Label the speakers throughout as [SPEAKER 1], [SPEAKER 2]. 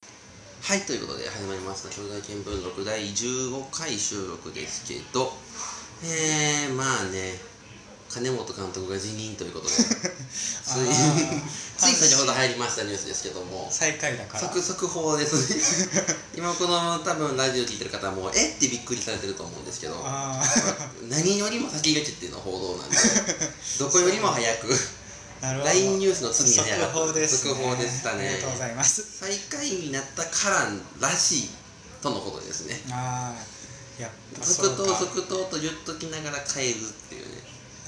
[SPEAKER 1] はい、ということで始まりました兄弟見聞録第15回収録ですけど、えー、まあね、金本監督が辞任ということで、つい つい先ほど入りましたニュースですけども、
[SPEAKER 2] 最下位だから
[SPEAKER 1] 速速報ですね 今この多分ラジオ聞いてる方もえってびっくりされてると思うんですけど
[SPEAKER 2] あ
[SPEAKER 1] 何よりも先駆けっていうのは報道なんでどこよりも早く
[SPEAKER 2] あなるほど
[SPEAKER 1] LINE ニュースの次に早かった
[SPEAKER 2] 速報です、
[SPEAKER 1] 速報でしたね
[SPEAKER 2] ありがとうございます
[SPEAKER 1] 最下位になったかららしいとのことですね
[SPEAKER 2] ああやっぱ
[SPEAKER 1] 即
[SPEAKER 2] そう
[SPEAKER 1] 答
[SPEAKER 2] か
[SPEAKER 1] 即答と言っときながら帰るっていうね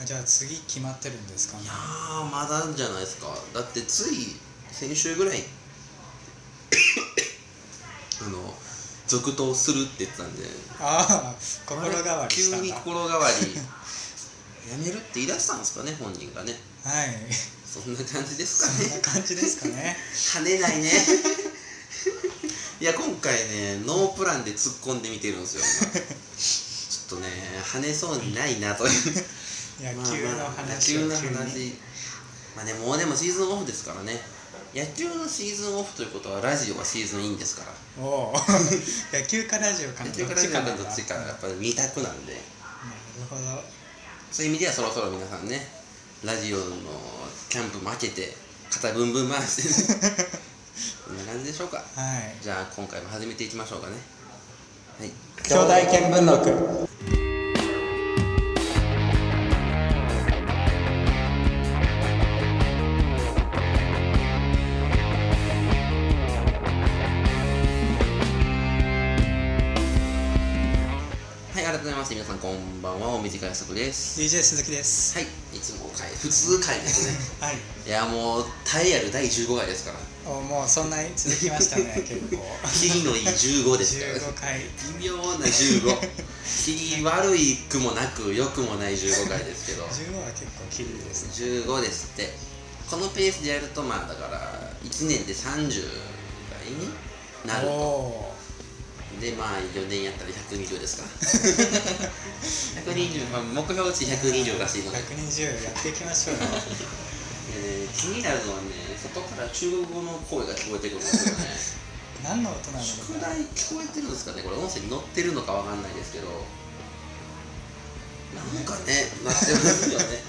[SPEAKER 2] あじゃあ次決まってるんですか
[SPEAKER 1] い
[SPEAKER 2] ね
[SPEAKER 1] やーまだじゃないですかだってつい先週 ぐらいあの続投するって言ってたんで
[SPEAKER 2] ああ心変わりした
[SPEAKER 1] 急
[SPEAKER 2] ん
[SPEAKER 1] に
[SPEAKER 2] だ
[SPEAKER 1] 心変わりやめるって言い出したんですかね本人がね
[SPEAKER 2] はい
[SPEAKER 1] そんな感じです
[SPEAKER 2] そん
[SPEAKER 1] か
[SPEAKER 2] な
[SPEAKER 1] ね
[SPEAKER 2] 感じですかね
[SPEAKER 1] 跳ねないねいや今回ねノープランで突っ込んでみてるんですよ 今ちょっとね跳ねそうにないなという
[SPEAKER 2] 野球の
[SPEAKER 1] まあまあ野
[SPEAKER 2] 話
[SPEAKER 1] 球
[SPEAKER 2] を急に
[SPEAKER 1] の話まあねもうでもシーズンオフですからね野球のシーズンオフということはラジオがシーズンインですから
[SPEAKER 2] おお 野球かラジオか
[SPEAKER 1] 野
[SPEAKER 2] の
[SPEAKER 1] 球
[SPEAKER 2] ど
[SPEAKER 1] か
[SPEAKER 2] っ
[SPEAKER 1] ら
[SPEAKER 2] ちか
[SPEAKER 1] か
[SPEAKER 2] な
[SPEAKER 1] どっちかやっぱり2択なんで
[SPEAKER 2] なるほど
[SPEAKER 1] そういう意味ではそろそろ皆さんねラジオのキャンプ負けて肩ブンブン回して ねこんな感じでしょうか
[SPEAKER 2] はい
[SPEAKER 1] じゃあ今回も始めていきましょうかねはい
[SPEAKER 2] 兄弟見聞録
[SPEAKER 1] はい改めまして皆さんこんばんはお短い速です
[SPEAKER 2] DJ 鈴木です
[SPEAKER 1] はいいつも回普通回ですね
[SPEAKER 2] はい
[SPEAKER 1] いやもう栄えある第15回ですから
[SPEAKER 2] おもうそんなに続きました ね結構
[SPEAKER 1] キリのいい15ですから
[SPEAKER 2] 15回
[SPEAKER 1] 微妙な15キリ悪いくもなく良くもない15回ですけど
[SPEAKER 2] 15は結構きりですね
[SPEAKER 1] 15ですってこのペースでやるとまあだから1年で30代になる
[SPEAKER 2] お
[SPEAKER 1] と
[SPEAKER 2] お
[SPEAKER 1] でまあ4年やったら120ですか120、まあ、目標値120らしいので、
[SPEAKER 2] 120やっていきま しょうよ
[SPEAKER 1] えー気になるのはね外から中国語の声が聞こえてくるんですよね
[SPEAKER 2] 何の音なの
[SPEAKER 1] 宿
[SPEAKER 2] かな
[SPEAKER 1] 題聞こえてるんですかねこれ音声に載ってるのかわかんないですけどなんかねなってますよね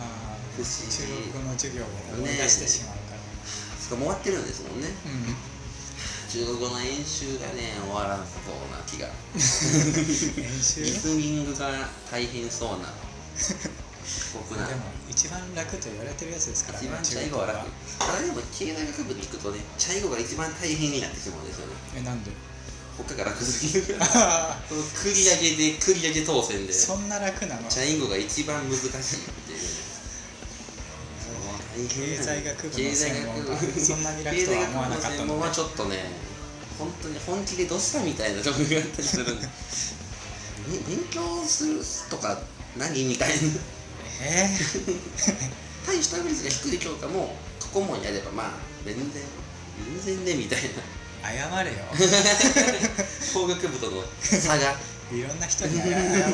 [SPEAKER 2] あ
[SPEAKER 1] 不
[SPEAKER 2] ー
[SPEAKER 1] 思議
[SPEAKER 2] 中国語の授業を思い出してしまうから、
[SPEAKER 1] しかも終わってるんですもんね
[SPEAKER 2] う
[SPEAKER 1] 中国語の演習がね終わらなそうな気が
[SPEAKER 2] ん練習
[SPEAKER 1] リスニングが大変そうな酷な
[SPEAKER 2] でも一番楽と言われてるやつですから
[SPEAKER 1] 一番チャイ
[SPEAKER 2] 中
[SPEAKER 1] 語
[SPEAKER 2] 国
[SPEAKER 1] は楽ただでも経済学部に行くとねチャイ語が一番大変になってしまうんですよね
[SPEAKER 2] え なんで
[SPEAKER 1] 他が楽すぎるから
[SPEAKER 2] あ
[SPEAKER 1] その繰り上げで繰り上げ当選で
[SPEAKER 2] ーそんな楽なの
[SPEAKER 1] チャイン語が一番難しいっていう。
[SPEAKER 2] 経済学部の専門
[SPEAKER 1] 経
[SPEAKER 2] が
[SPEAKER 1] 済学部
[SPEAKER 2] そんなに楽とは思わなかっ
[SPEAKER 1] 経
[SPEAKER 2] た
[SPEAKER 1] 済学部の専門
[SPEAKER 2] の
[SPEAKER 1] は
[SPEAKER 2] ね
[SPEAKER 1] ちょっとね、本当に本気でどうしたみたいなとこがあったりするんで。に勉強するとか何みたいな。
[SPEAKER 2] え
[SPEAKER 1] 対比対率が低い教科も、ここもやればまあ、全然、全然ねみ たいな。
[SPEAKER 2] ー、謝れ よ
[SPEAKER 1] 工学部との差が。
[SPEAKER 2] いろんな人に謝謝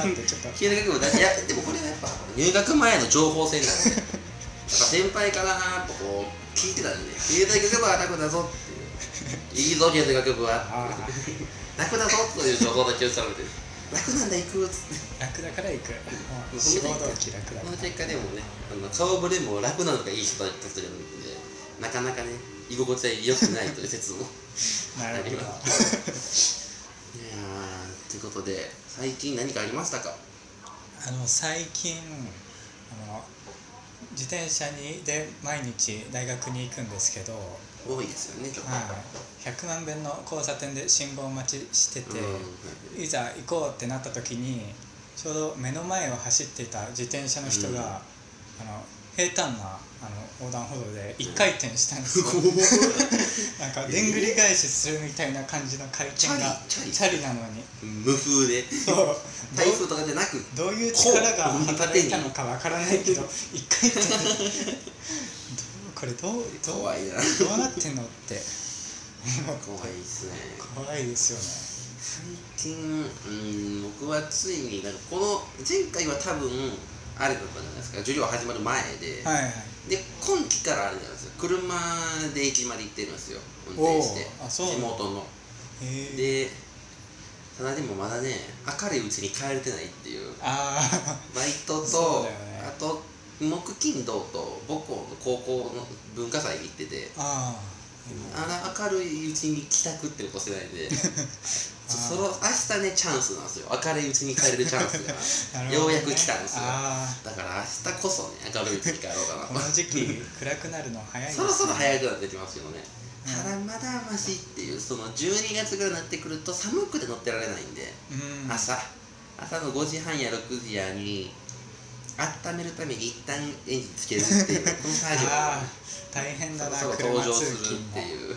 [SPEAKER 2] ってち ょっと
[SPEAKER 1] 経済学部だいやでもこれはやっぱ入学前の情報戦 なんでやっぱ先輩からやっぱこう聞いてたんで経済学部は楽だぞっていういいぞ経済学部は
[SPEAKER 2] あ
[SPEAKER 1] 楽だぞという情報だけを伝えて楽なんだ行くっつって
[SPEAKER 2] ー楽だから行くもう志望動機楽だ
[SPEAKER 1] こ
[SPEAKER 2] か
[SPEAKER 1] の
[SPEAKER 2] ら
[SPEAKER 1] 結果でもねあの顔ぶれも楽なのがいい人だったりするんでなかなかね居心地は良くないという説 も
[SPEAKER 2] な
[SPEAKER 1] あ
[SPEAKER 2] るほど
[SPEAKER 1] りまいやーということで最近何かありましたか
[SPEAKER 2] あの最近あの自転車にで毎日大学に行くんですけど、は
[SPEAKER 1] 多いですよねちょっと、
[SPEAKER 2] い、100万遍の交差点で信号待ちしてて、いざ行こうってなった時にちょうど目の前を走っていた自転車の人が、
[SPEAKER 1] うん
[SPEAKER 2] あの平坦なあの横断歩道で一回転したんですよ、
[SPEAKER 1] うん
[SPEAKER 2] なんかでんぐり返しするみたいな感じの回転が
[SPEAKER 1] チャリチ
[SPEAKER 2] チャリなのに
[SPEAKER 1] 無風 で
[SPEAKER 2] そう
[SPEAKER 1] 台風とかじゃなく
[SPEAKER 2] どういう力が働いたのかわからないけど一回言ってどうこれどうどう
[SPEAKER 1] 怖いな
[SPEAKER 2] どうなってんのって思う
[SPEAKER 1] 怖いですね
[SPEAKER 2] 怖いです
[SPEAKER 1] 最近うん僕はついになんかこの前回は多分あれだったじゃないですか授業始まる前で、
[SPEAKER 2] よねはいはい
[SPEAKER 1] で今期からあれなんですよ車で駅まで行ってるんですよ運転して
[SPEAKER 2] おーあそう
[SPEAKER 1] 地元の
[SPEAKER 2] へえ
[SPEAKER 1] でただでもまだね明るいうちに帰れてないっていう
[SPEAKER 2] ああ
[SPEAKER 1] バイト
[SPEAKER 2] そう
[SPEAKER 1] と、
[SPEAKER 2] だよね
[SPEAKER 1] あと木金土と母校の高校の文化祭に行ってて
[SPEAKER 2] あ
[SPEAKER 1] あら明るいうちに帰宅ってことしてないん でそその明日ねチャンスなんですよ明るいうちに帰れるチャンス
[SPEAKER 2] あな
[SPEAKER 1] が、
[SPEAKER 2] る
[SPEAKER 1] よう
[SPEAKER 2] ほどね
[SPEAKER 1] やく来たんですよ
[SPEAKER 2] あ
[SPEAKER 1] だから明日こそね明るいうちに帰ろう
[SPEAKER 2] あ
[SPEAKER 1] か
[SPEAKER 2] こ
[SPEAKER 1] な
[SPEAKER 2] の 時期暗くなるの早いです
[SPEAKER 1] そろそろ早くなってきますよね、
[SPEAKER 2] うん
[SPEAKER 1] ただまだましっていうその12月ぐらいになってくると寒くて乗ってられないんで、
[SPEAKER 2] うん
[SPEAKER 1] 朝朝の5時半や6時やに温めるために一旦エンジンつけるっていうこの作 業
[SPEAKER 2] ああ大変だな
[SPEAKER 1] そろそろ
[SPEAKER 2] 車
[SPEAKER 1] 登場
[SPEAKER 2] 通
[SPEAKER 1] する
[SPEAKER 2] 勤
[SPEAKER 1] って
[SPEAKER 2] も
[SPEAKER 1] いう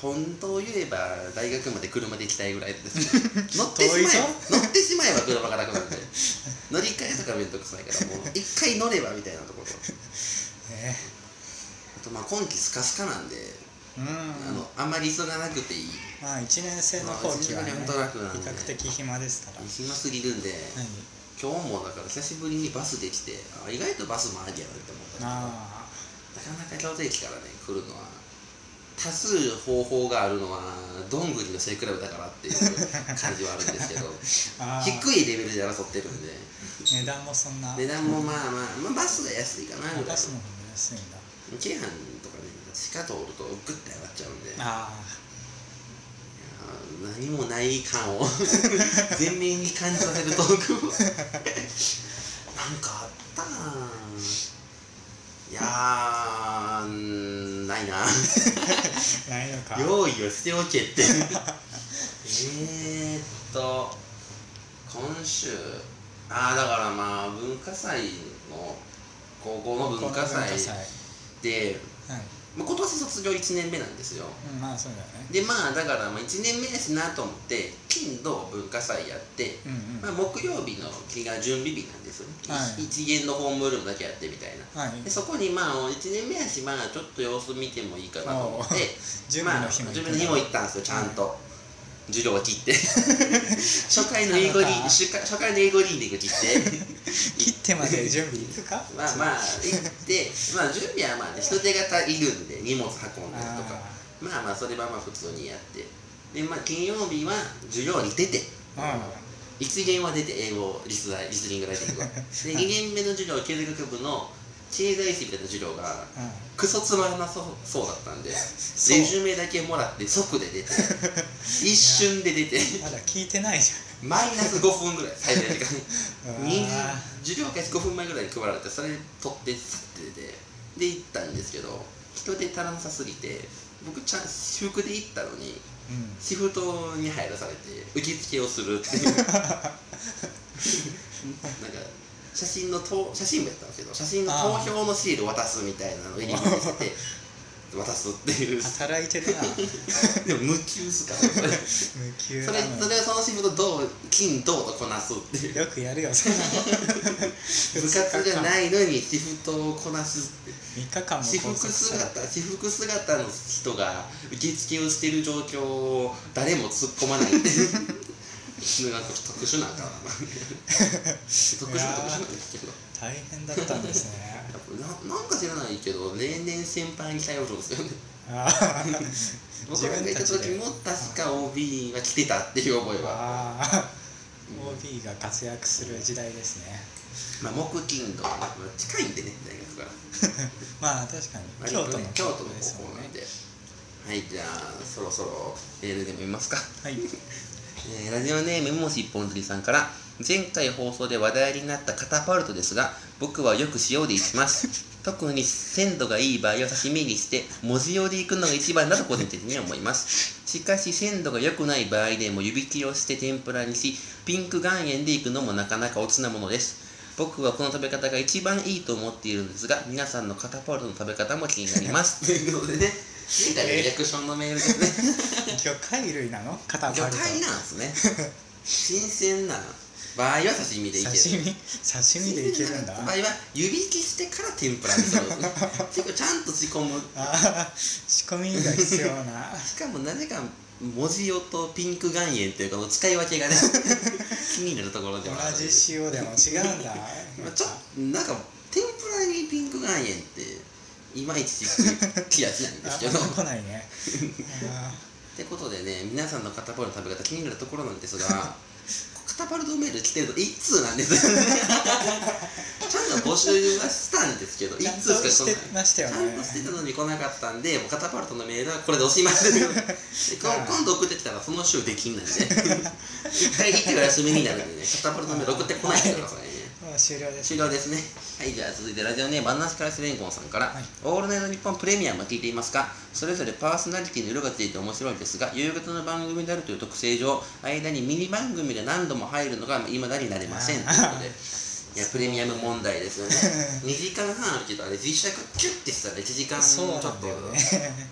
[SPEAKER 1] 本当を言えば大学まで車で行きたいぐらいですね乗ってしまえば乗ってしまえば車が楽なんで乗り換えとかめんどくさいからもう一回乗ればみたいなところとあ
[SPEAKER 2] ね
[SPEAKER 1] とまあ今季スカスカなんで、
[SPEAKER 2] う
[SPEAKER 1] あ
[SPEAKER 2] ん
[SPEAKER 1] のあまり急がなくていい
[SPEAKER 2] まあ1年生の後期はね
[SPEAKER 1] まあ一年
[SPEAKER 2] 比
[SPEAKER 1] 生の後期なんで
[SPEAKER 2] 較的暇ですから
[SPEAKER 1] 暇すぎるんで、
[SPEAKER 2] 何
[SPEAKER 1] 今日もだから久しぶりにバスできてあ意外とバスもありやなって思ったなか
[SPEAKER 2] あ
[SPEAKER 1] なか京都駅からね来るのは多数方法があるのはどんぐりの背比べだからっていう感じはあるんですけど
[SPEAKER 2] ああ
[SPEAKER 1] 低いレベルで争ってるんで
[SPEAKER 2] 値段もそんな
[SPEAKER 1] 値段もまあまあ、まあ、バスが安いかなぐらい
[SPEAKER 2] バスの方が安いんだ
[SPEAKER 1] 京阪とかね地下通るとグッて上がっちゃうんであ
[SPEAKER 2] あ
[SPEAKER 1] ー何もない感を 全面に感じさせるトークを なんかあったないやーんないな
[SPEAKER 2] あないのか
[SPEAKER 1] 用意をしておけって えーっと今週ああだからまあ文化祭の高校の文化祭で、
[SPEAKER 2] はい、
[SPEAKER 1] まあ、今年卒業1年目なんですよ
[SPEAKER 2] うん、まあそうだよね
[SPEAKER 1] でまあだからまあ1年目やしなと思って金土文化祭やって、
[SPEAKER 2] うんうん、
[SPEAKER 1] まあ、木曜日の日が準備日なんですよね、
[SPEAKER 2] はい
[SPEAKER 1] 一元のホームルームだけやってみたいな
[SPEAKER 2] はい
[SPEAKER 1] でそこにまあ1年目やしまあちょっと様子見てもいいかなと思って
[SPEAKER 2] おう準備の日も
[SPEAKER 1] まあ
[SPEAKER 2] 行った
[SPEAKER 1] 準備の日も行ったんですよちゃんと、授業を切って 初回の英語リー初回初回の英語リーディング切 って
[SPEAKER 2] 切ってまで準備行くか
[SPEAKER 1] まあまあ行ってまあ準備はまあね人手型いるんで荷物運んだりとかまあまあそれはまあ普通にやってでまあ金曜日は授業に出て
[SPEAKER 2] あ
[SPEAKER 1] 1限は出て英語リスライリスニングライテ ィングはで2限目の授業経済学部の経済史みたいな授業が
[SPEAKER 2] うん、うん、
[SPEAKER 1] クソつまらなそうそうだったんで レ
[SPEAKER 2] う
[SPEAKER 1] ジュメだけもらって即で 出て一瞬で出て
[SPEAKER 2] まだ聞いてないじ
[SPEAKER 1] マイナス5分ぐらい最大時間
[SPEAKER 2] ゃんうわ
[SPEAKER 1] 20
[SPEAKER 2] ー
[SPEAKER 1] 授業開始5分前ぐらいに配られてそれ取ってさって出てで行ったんですけど人手足らなさすぎて僕ちゃん私服で行ったのに
[SPEAKER 2] うん
[SPEAKER 1] シフトに入らされて受付をするっていうなんか写真のと写真部やったんですけど写真の投票のシール渡すみたいなのを入り口にしてて渡すっていう
[SPEAKER 2] 働いてるな
[SPEAKER 1] でも無給っすからね
[SPEAKER 2] 無給
[SPEAKER 1] そ
[SPEAKER 2] な
[SPEAKER 1] れ
[SPEAKER 2] の
[SPEAKER 1] それをそのシフトどう金銅とこなすっていう
[SPEAKER 2] よくやるよそんな
[SPEAKER 1] 部活じゃないのにシフトをこなすって
[SPEAKER 2] 3日間も
[SPEAKER 1] 私服
[SPEAKER 2] 拘束され
[SPEAKER 1] 姿私服姿の人が受付をしてる状況を誰も突っ込ま ないっていうなんか特殊なんかな特殊
[SPEAKER 2] いや
[SPEAKER 1] は
[SPEAKER 2] ー
[SPEAKER 1] 特殊なんですけど
[SPEAKER 2] 大変だったんですね
[SPEAKER 1] やっぱななんか知らないけど例年先輩に頼るんですよね
[SPEAKER 2] あー
[SPEAKER 1] 僕が出た時も確か OB は来てたっていう覚えは
[SPEAKER 2] ああ OB が活躍する時代ですね
[SPEAKER 1] まあ木金土まあ近いんでね大学から
[SPEAKER 2] まあ確かに京都の
[SPEAKER 1] 京都の
[SPEAKER 2] で
[SPEAKER 1] 高
[SPEAKER 2] すも
[SPEAKER 1] 校
[SPEAKER 2] ん
[SPEAKER 1] な
[SPEAKER 2] ね
[SPEAKER 1] んではいじゃあそろそろメールでも見ますか
[SPEAKER 2] はい
[SPEAKER 1] えーラジオネームもし一本釣りさんから前回放送で話題になったカタパルトですが僕はよく塩でいきます 特に鮮度がいい場合は刺身にして文字用でいくのが一番だと個人的には思いますしかし鮮度が良くない場合でも湯引きをして天ぷらにしピンク岩塩でいくのもなかなかおつなものです僕はこの食べ方が一番いいと思っているんですが皆さんのカタパルトの食べ方も気になります ということでね前回のリアクションのメールですね
[SPEAKER 2] 魚介類なの肩パル
[SPEAKER 1] 魚
[SPEAKER 2] ト
[SPEAKER 1] 介なんです ね新鮮な場合は刺身でいける
[SPEAKER 2] 刺身刺身でいける んだ
[SPEAKER 1] 新鮮な場合は湯引きしてから天ぷらにす る結構ちゃんと仕込む
[SPEAKER 2] ああ仕込みが必要な
[SPEAKER 1] しかもなぜか文字用とピンク岩塩というかこの使い分け がね気になるところで
[SPEAKER 2] 同
[SPEAKER 1] はある
[SPEAKER 2] じ塩でも違うんだ
[SPEAKER 1] まあちょっとなんか天ぷらにピンク岩塩 っていまいちしっくりきやしないんですけど
[SPEAKER 2] あんま来ないねあ
[SPEAKER 1] ってことでね皆さんの肩パルの食べ方気になるところなんですが 肩パルドメール来てると1通なんです よねちゃんと募集はしたんですけど
[SPEAKER 2] ち
[SPEAKER 1] 1
[SPEAKER 2] ゃんと
[SPEAKER 1] 通しか来
[SPEAKER 2] し
[SPEAKER 1] な
[SPEAKER 2] て
[SPEAKER 1] い
[SPEAKER 2] ましたよね
[SPEAKER 1] ちゃんとしてたのに来なかったんでもう肩パルトのメールはこれでおしまいですよで こ
[SPEAKER 2] はい
[SPEAKER 1] 今度送ってきたらその週できんなんでね 一回行ってから休みになるんでね肩パルトのメール送ってこないでくださいね
[SPEAKER 2] もう終了です
[SPEAKER 1] 終了ですねはいじゃあ続いてラジオネームバンナスカラスレンコンさんから、
[SPEAKER 2] はい
[SPEAKER 1] オールナイトニッポンプレミアムは聞いていますかそれぞれパーソナリティの色がついて面白いですが夕方の番組であるという特性上間にミニ番組が何度も入るのが未だになれませんということでいやプレミアム問題ですよね2時間半あるけどあれ実写がキュッてしたら1時間ち
[SPEAKER 2] そ
[SPEAKER 1] ょ
[SPEAKER 2] うな
[SPEAKER 1] っ
[SPEAKER 2] ん
[SPEAKER 1] と
[SPEAKER 2] だよね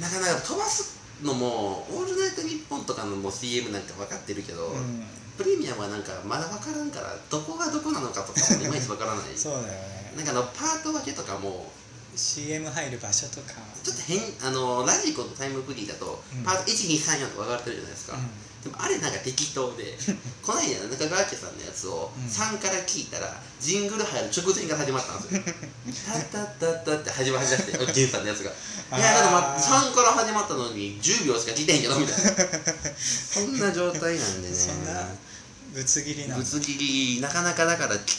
[SPEAKER 1] なかなか飛ばすのも「オールナイトニッポン」とかのもう CM なんか分かってるけど、
[SPEAKER 2] うん
[SPEAKER 1] プレミアムはなんかまだ分からんからどこがどこなのかとかもいまいち分からない
[SPEAKER 2] そうだよね
[SPEAKER 1] なんかあのパート分けとかも
[SPEAKER 2] CM 入る場所とか
[SPEAKER 1] ちょっと変あのラジコのタイムフリーだと、
[SPEAKER 2] うん
[SPEAKER 1] パート1234とか分かれてるじゃないですか、
[SPEAKER 2] うん
[SPEAKER 1] でもあれなんか適当 でこの間中川家さんのやつを
[SPEAKER 2] うん
[SPEAKER 1] 3から聞いたらジングル入る直前から始まったんで すよ「タッタッタッタ」って始まりだして源さんのやつが「いやだから
[SPEAKER 2] あー
[SPEAKER 1] 3から始まったのに10秒しか聞いてへんけど」みたいな そんな状態なんでね
[SPEAKER 2] そんなぶつ切りなの
[SPEAKER 1] ぶつ切りなかなかだからき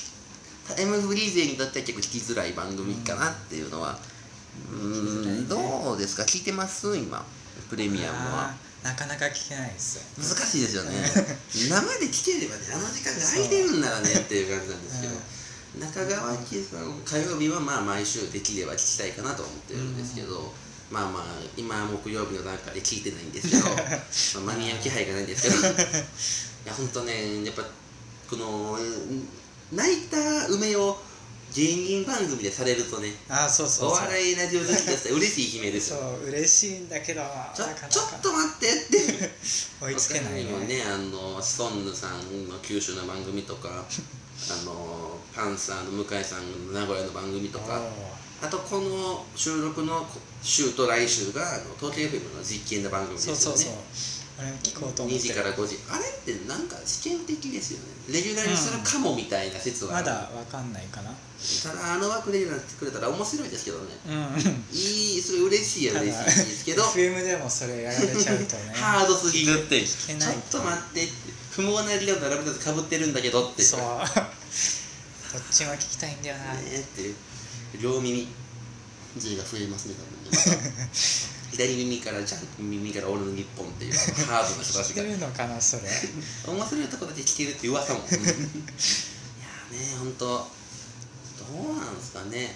[SPEAKER 1] タイムフリー勢にとっては結構聞きづらい番組かなっていうのはう
[SPEAKER 2] 聞きづらい
[SPEAKER 1] ー
[SPEAKER 2] ね
[SPEAKER 1] んどうですか聞いてます今プレミアムは
[SPEAKER 2] あーなかなか聞けないです
[SPEAKER 1] 難しいです よね生で聞ければねあの時間が空いてるんならねっていう感じなんですけど中川家さん火曜日はまあ毎週できれば聞きたいかなと思ってるんですけど、まあまあ今は木曜日の段階で聞いてないんです けどまあ間に合う気配がないんですけどいや本当ねやっぱこの泣いた梅を芸人番組でされるとね
[SPEAKER 2] ああそうそう
[SPEAKER 1] お
[SPEAKER 2] そう
[SPEAKER 1] 笑いラジオ好きとしては嬉しい悲鳴です
[SPEAKER 2] そ
[SPEAKER 1] よ
[SPEAKER 2] う嬉しいんだけどな
[SPEAKER 1] ちょ
[SPEAKER 2] かなか
[SPEAKER 1] ちょっと待ってっていう
[SPEAKER 2] 追いつけない
[SPEAKER 1] 他にも
[SPEAKER 2] ね
[SPEAKER 1] ねあのシソンヌさんの九州の番組とか あのパンサーの向井さんの名古屋の番組とかあとこの収録の週と来週があの東京 FM の実験の番組
[SPEAKER 2] おー
[SPEAKER 1] です
[SPEAKER 2] そ
[SPEAKER 1] よ
[SPEAKER 2] う
[SPEAKER 1] ね
[SPEAKER 2] そうそう俺も聞こうと思
[SPEAKER 1] 2
[SPEAKER 2] っ
[SPEAKER 1] 時
[SPEAKER 2] て
[SPEAKER 1] から5時あれってなんか試験的ですよねレギュラーにするかもみたいな説はあ
[SPEAKER 2] ま
[SPEAKER 1] る、
[SPEAKER 2] だわかんないかな
[SPEAKER 1] ただあの枠レギュラーにしてくれたら面白いですけどね
[SPEAKER 2] うん
[SPEAKER 1] いいそれ嬉しいや
[SPEAKER 2] ただ
[SPEAKER 1] 嬉しいですけど
[SPEAKER 2] FM で もそれやられちゃうと ね
[SPEAKER 1] ハードすぎるってち
[SPEAKER 2] け
[SPEAKER 1] ょっ
[SPEAKER 2] ない
[SPEAKER 1] と待ってって不毛な理論並べたかぶってるんだけどって
[SPEAKER 2] そう
[SPEAKER 1] ね
[SPEAKER 2] どっちも聞きたいんだよな、
[SPEAKER 1] えっていう両耳税が増えますね多分ね左耳からジャンプ耳から俺の日本っていうハードな人た
[SPEAKER 2] 聞
[SPEAKER 1] ち
[SPEAKER 2] い
[SPEAKER 1] が
[SPEAKER 2] てるのかなそれ
[SPEAKER 1] 面白いとこだけ聞けるって噂もいやーね本当どうなんですかね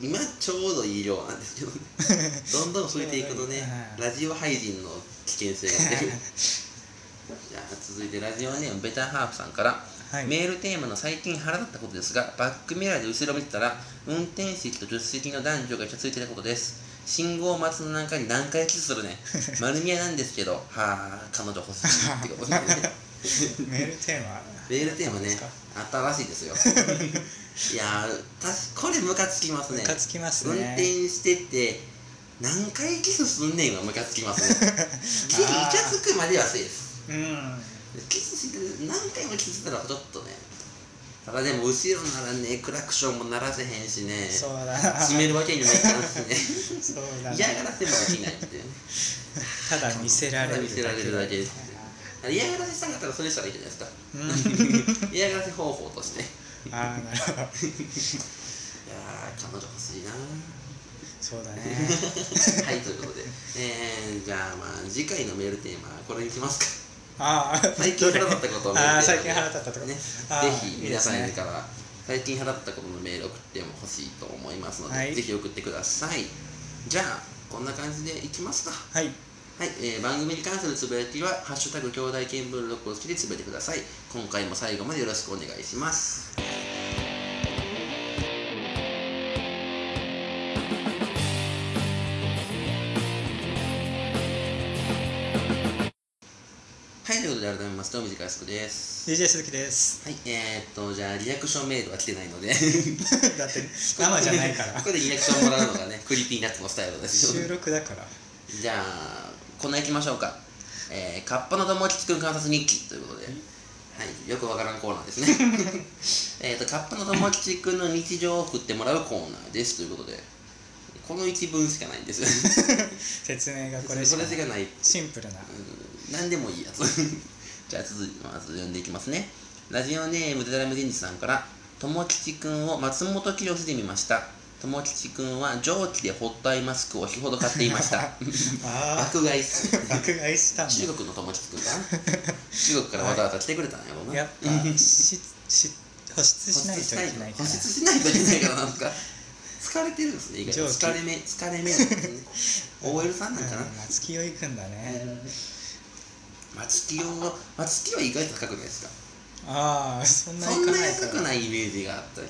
[SPEAKER 1] 今ちょうどいい量なんですけどねどんどん増えていくとね
[SPEAKER 2] はい
[SPEAKER 1] ラジオ廃人の危険性が出るじゃあ続いてラジオネームベターハーフさんから、
[SPEAKER 2] はい
[SPEAKER 1] メールテーマの最近腹立ったことですがバックミラーで後ろを見てたら運転席と助手席の男女がイチャついてたことです信号待つの中に何回キスする ね丸見えなんですけどはあ彼女欲しいって ことでね
[SPEAKER 2] メールテーマ
[SPEAKER 1] メールテーマね
[SPEAKER 2] か
[SPEAKER 1] 新しい ですよいやーたしこれムカつきますね
[SPEAKER 2] ムカつきますね
[SPEAKER 1] 運転してて何回キスすんねんはムカつきます ねギリイチャつくまではせいです
[SPEAKER 2] うん
[SPEAKER 1] キスして何回もキスしたらちょっとねただでも後ろならねクラクションも鳴らせへんしね
[SPEAKER 2] そうだな
[SPEAKER 1] 詰めるわけにもいかん しね
[SPEAKER 2] そうだな
[SPEAKER 1] 嫌がらせもできないっていうね
[SPEAKER 2] ただ見せられるだけ
[SPEAKER 1] 見せられるだけです嫌がらせしたかったらそれしたらいいじゃないですか 嫌がらせ方法としてい
[SPEAKER 2] ああなるほど
[SPEAKER 1] やー彼女欲しい な
[SPEAKER 2] そ うだね
[SPEAKER 1] はいということで、えー、じゃあまあ次回のメールテーマはこれにしますか
[SPEAKER 2] ああ
[SPEAKER 1] 最近腹立ったことをメールテーマに
[SPEAKER 2] ああ最近腹立ったとこ
[SPEAKER 1] ね、
[SPEAKER 2] あ
[SPEAKER 1] ぜ
[SPEAKER 2] ー
[SPEAKER 1] ひ
[SPEAKER 2] いいで
[SPEAKER 1] 皆
[SPEAKER 2] す
[SPEAKER 1] さ
[SPEAKER 2] ね
[SPEAKER 1] んから最近払ったことのメール送っても欲しいと思いますので、
[SPEAKER 2] はい
[SPEAKER 1] ぜひ送ってくださいじゃあこんな感じでいきますか
[SPEAKER 2] はい
[SPEAKER 1] はい、えー番組に関するつぶやきは「ハッシュタグ兄弟見聞録」をつけてつぶやいてください今回も最後までよろしくお願いしますはい、ということで改めまして、おみじかやすくです。
[SPEAKER 2] DJ 鈴木です
[SPEAKER 1] はい、えー、っと、じゃあ、リアクションメールは来てないので、
[SPEAKER 2] だって生じゃないか ら
[SPEAKER 1] ここでリアクションもらうのがね、クリーピーナッツのスタイルです
[SPEAKER 2] 収
[SPEAKER 1] よ。
[SPEAKER 2] 録だから
[SPEAKER 1] じゃあ、こんな行きましょうか。えー、カッパの友吉くん観察日記ということで、はい、よくわからんコーナーです ね。えーっと、カッパの友吉くんの日常を送ってもらうコーナーですということで、この一文しかないんですよ
[SPEAKER 2] 説明がこ
[SPEAKER 1] こ
[SPEAKER 2] れしか
[SPEAKER 1] れ
[SPEAKER 2] な
[SPEAKER 1] し
[SPEAKER 2] い
[SPEAKER 1] かない
[SPEAKER 2] シンプルな
[SPEAKER 1] うん何でもいいやつ じゃあ続いてまず読んでいきますねラジオネームデタラメデンジさんから友吉くんを松本清志で見ました友吉くんは蒸気でホットアイマスクを日ほど買っていました
[SPEAKER 2] あ
[SPEAKER 1] 爆買いっす
[SPEAKER 2] あ爆買いしたんだ
[SPEAKER 1] 中国の友吉くんか な中国からわざわざ来てくれたんやろうな
[SPEAKER 2] やっぱしし保湿しないといけないか
[SPEAKER 1] 保
[SPEAKER 2] ら
[SPEAKER 1] 湿しないといけないからなんですか疲れてるんですね意外と
[SPEAKER 2] 上気
[SPEAKER 1] 疲れ目疲れ目なんですね OL さんなんかな
[SPEAKER 2] うん松木を行くんだね、
[SPEAKER 1] 松木を松木は意外と高くないですか
[SPEAKER 2] ああそんな
[SPEAKER 1] そ
[SPEAKER 2] 行
[SPEAKER 1] ん
[SPEAKER 2] か
[SPEAKER 1] な
[SPEAKER 2] ない
[SPEAKER 1] 安く
[SPEAKER 2] から
[SPEAKER 1] ないイメージがあったり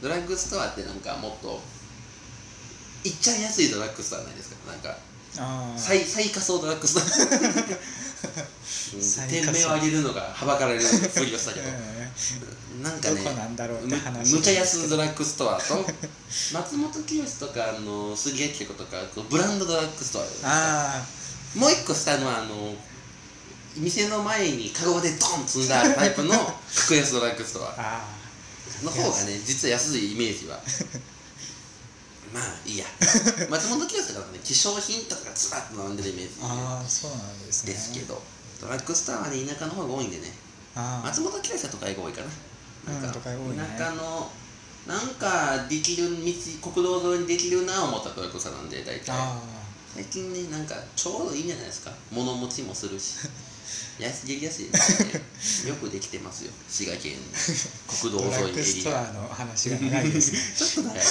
[SPEAKER 1] ドラッグストアってなんかもっといっちゃん安いドラッグストアないですかなんか
[SPEAKER 2] ああ
[SPEAKER 1] 最最下層ドラッグスト アうん
[SPEAKER 2] 最下
[SPEAKER 1] 店
[SPEAKER 2] 層
[SPEAKER 1] 名を上げるのがはばかられるふりをしたけどなんかね
[SPEAKER 2] どこなんだろうって話
[SPEAKER 1] むむちゃ安ドラッグストアと 松本清とかあのすげえってことかこうブランドドラッグストアよ
[SPEAKER 2] あ
[SPEAKER 1] もう一個下のはあの店の前にカゴでドン積んであるタイプ の格安ドラッグスト
[SPEAKER 2] あ
[SPEAKER 1] ア
[SPEAKER 2] あ
[SPEAKER 1] の方がね実は安いイメージは まあいいや松本清とかはね化粧品とかがずらっと並んでるイメージ
[SPEAKER 2] あああそうなんですね
[SPEAKER 1] ですけどドラッグストアはね田舎の方が多いんでね
[SPEAKER 2] ああ
[SPEAKER 1] 松本清さんとか英語多いかななんか、
[SPEAKER 2] うん都会多いね
[SPEAKER 1] 田舎のなんかできる道国道沿いにできるな思ったということなんで大体
[SPEAKER 2] あ
[SPEAKER 1] 最近ねなんかちょうどいいんじゃないですか物持ちもする し安激安いですねよくできてますよ滋賀県国
[SPEAKER 2] あ
[SPEAKER 1] 道
[SPEAKER 2] ドラ
[SPEAKER 1] 沿いの
[SPEAKER 2] ッ
[SPEAKER 1] エ
[SPEAKER 2] グス
[SPEAKER 1] リ
[SPEAKER 2] ト
[SPEAKER 1] ア
[SPEAKER 2] アの話が長いですね
[SPEAKER 1] ちょっと長いさ